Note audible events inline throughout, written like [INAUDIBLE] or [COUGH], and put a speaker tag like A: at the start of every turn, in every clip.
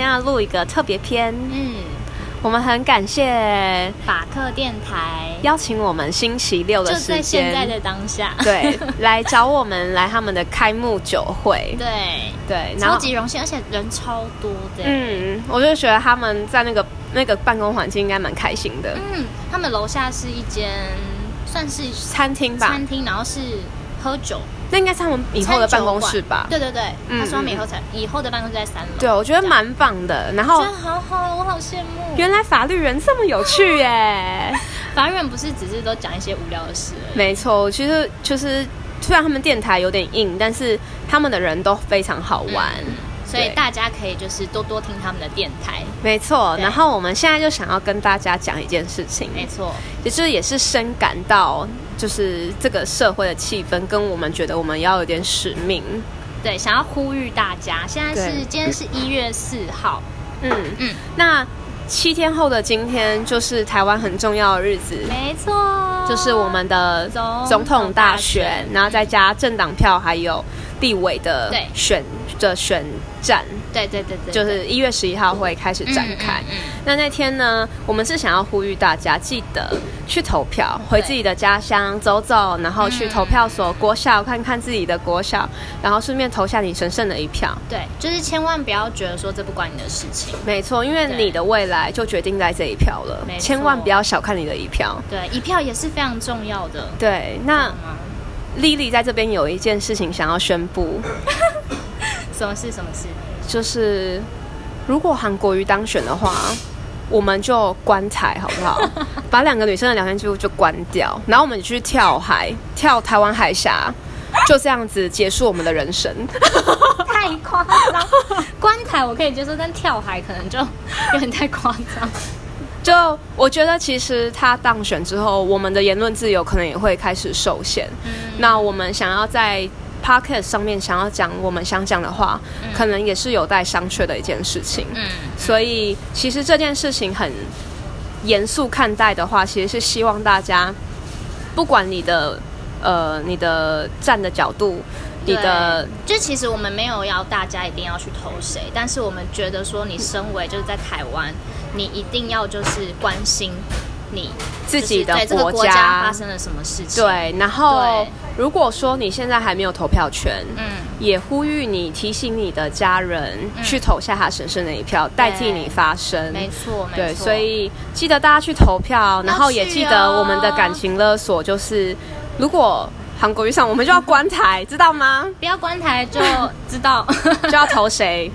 A: 要录一个特别篇。
B: 嗯，
A: 我们很感谢
B: 法特电台
A: 邀请我们星期六的
B: 就
A: 时
B: 在现在
A: 间，
B: 的当下，
A: 对，来找我们来他们的开幕酒会。
B: [LAUGHS] 对， [LAUGHS]
A: 对，然
B: 超
A: 后
B: 级荣幸，而且人超多的。嗯
A: 嗯，我就觉得他们在那个那个办公环境应该蛮开心的，
B: 嗯他们楼下是一间算是
A: 餐厅吧，
B: 餐厅，然后是喝酒
A: 那应该是他们以后的办公室吧
B: 餐酒馆。对对对，
A: 嗯
B: 他说他们以后才以后的办公室在三楼。
A: 对，我觉得蛮棒的。然
B: 这
A: 后
B: 样好好，我好羡慕。
A: 原来法律人这么有趣耶！
B: 法院不是只是都讲一些无聊的事而已，
A: 没错，其实就是虽然他们电台有点硬，但是他们的人都非常好玩。
B: 所以
A: 对
B: 大家可以就是多多听他们的电台。
A: 没错，
B: 对
A: 然后我们现在就想要跟大家讲一件事情，
B: 没错，
A: 也就是也是深感到，就是这个社会的气氛跟我们觉得我们要有点使命。
B: 对，想要呼吁大家，现在是
A: 对
B: 今天是一月四号，
A: 嗯
B: 嗯，
A: 那七天后的今天就是台湾很重要的日子，
B: 没错，
A: 就是我们的
B: 总
A: 总统大选
B: 选，
A: 然后再加政党票还有立委的
B: 对
A: 选的选战，
B: 对对对对，
A: 就是一月十一号会开始
B: 对
A: 展开。
B: 嗯嗯嗯
A: 那那天呢，我们是想要呼吁大家记得去投票，回自己的家乡走走，然后去投票所、国校看看自己的国校，然后顺便投下你神圣的一票。
B: 嗯对，就是千万不要觉得说这不关你的事情，
A: 没错，因为
B: 对
A: 你的未来就决定在这一票了
B: 没，错
A: 千万不要小看你的一票。
B: 对，一票也是非常重要的。嗯
A: 对，那
B: 懂吗
A: 丽丽在这边有一件事情想要宣布，
B: 什么事？
A: [LAUGHS]
B: 什么事？
A: 就是如果韩国瑜当选的话，我们就棺材好不好？把两个女生的聊天记录就关掉，然后我们去跳海，跳台湾海峡，就这样子结束我们的人生。
B: 太夸张，棺材我可以接受，但跳海可能就有点太夸张。
A: 就我觉得，其实他当选之后，我们的言论自由可能也会开始受限。
B: 嗯，
A: 那我们想要在 p o c a s t 上面想要讲我们想讲的话，可能也是有待商榷的一件事情。
B: 嗯，
A: 所以其实这件事情很严肃看待的话，其实是希望大家，不管你的呃你的站的角度，你的
B: 对，就其实我们没有要大家一定要去投谁，但是我们觉得说，你身为就是在台湾，你一定要就是关心你
A: 自己的
B: 就是对这个
A: 国
B: 国
A: 家
B: 家发生了什么事情。，
A: 对，然后
B: 对
A: 如果说你现在还没有投票权。
B: 嗯，
A: 也呼吁你提醒你的家人
B: 嗯
A: 去投下他神圣的一票，代替你发声。
B: 没错，没错。
A: 对，所以记得大家去投票，然后也记得我们的感情勒索就是，如果韩国瑜上，我们就要关台，知道吗？
B: 不要观台就知道，
A: [LAUGHS] 就
B: [LAUGHS]
A: 要投谁？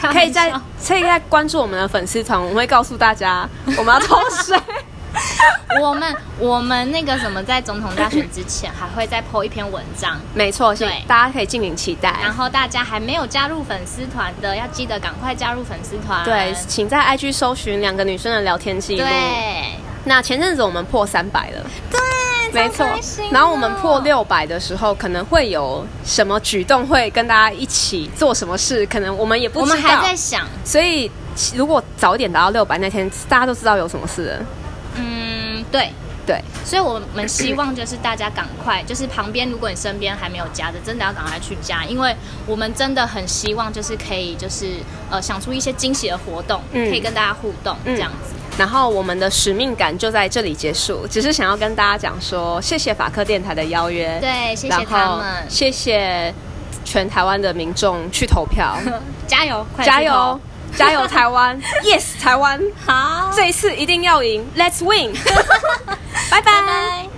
A: 可
B: 可
A: 以再可以再关注我们的粉丝团，我们会告诉大 [LAUGHS] 家我们要投谁。
B: 我们我们那个什么，在总统大选之前还会再 po 一篇文章，
A: [LAUGHS] 没错，是
B: 对
A: 大家可以敬请期待。
B: 然后大家还没有加入粉丝团的，要记得赶快加入粉丝团。
A: 对，请在 IG 搜寻两个女生的聊天记录。
B: 对
A: 那前阵子我们破三百了，
B: 对，
A: 没错
B: 超开心哦。
A: 然后我们破，六百的时候，可能会有什么举动会跟大家一起做什么事，可能我们也不
B: 我
A: 知道。
B: 们还在想，
A: 所以如果早一点达到六百那天，大家都知道有什么事了。
B: 嗯，对。
A: 对，
B: 所以我们希望就是大家赶快， [COUGHS] 就是旁边如果你身边还没有加的，真的要赶快去加，因为我们真的很希望就是可以就是呃想出一些惊喜的活动，
A: 嗯
B: 可以跟大家互动、这样子。
A: 然后我们的使命感就在这里结束，只是想要跟大家讲说，谢谢法克电台的邀约，
B: 对，
A: 嗯
B: 谢谢
A: 然
B: 他
A: 后
B: 们，
A: 谢谢全台湾的民众去投
B: [LAUGHS]
A: 票，
B: 加油，快
A: 加
B: 去
A: 油
B: 投，
A: 加油台湾
B: [LAUGHS]
A: ，yes 台湾，
B: 好， [LAUGHS]
A: 这一次一定要赢，Let's win，拜拜。
B: 拜拜。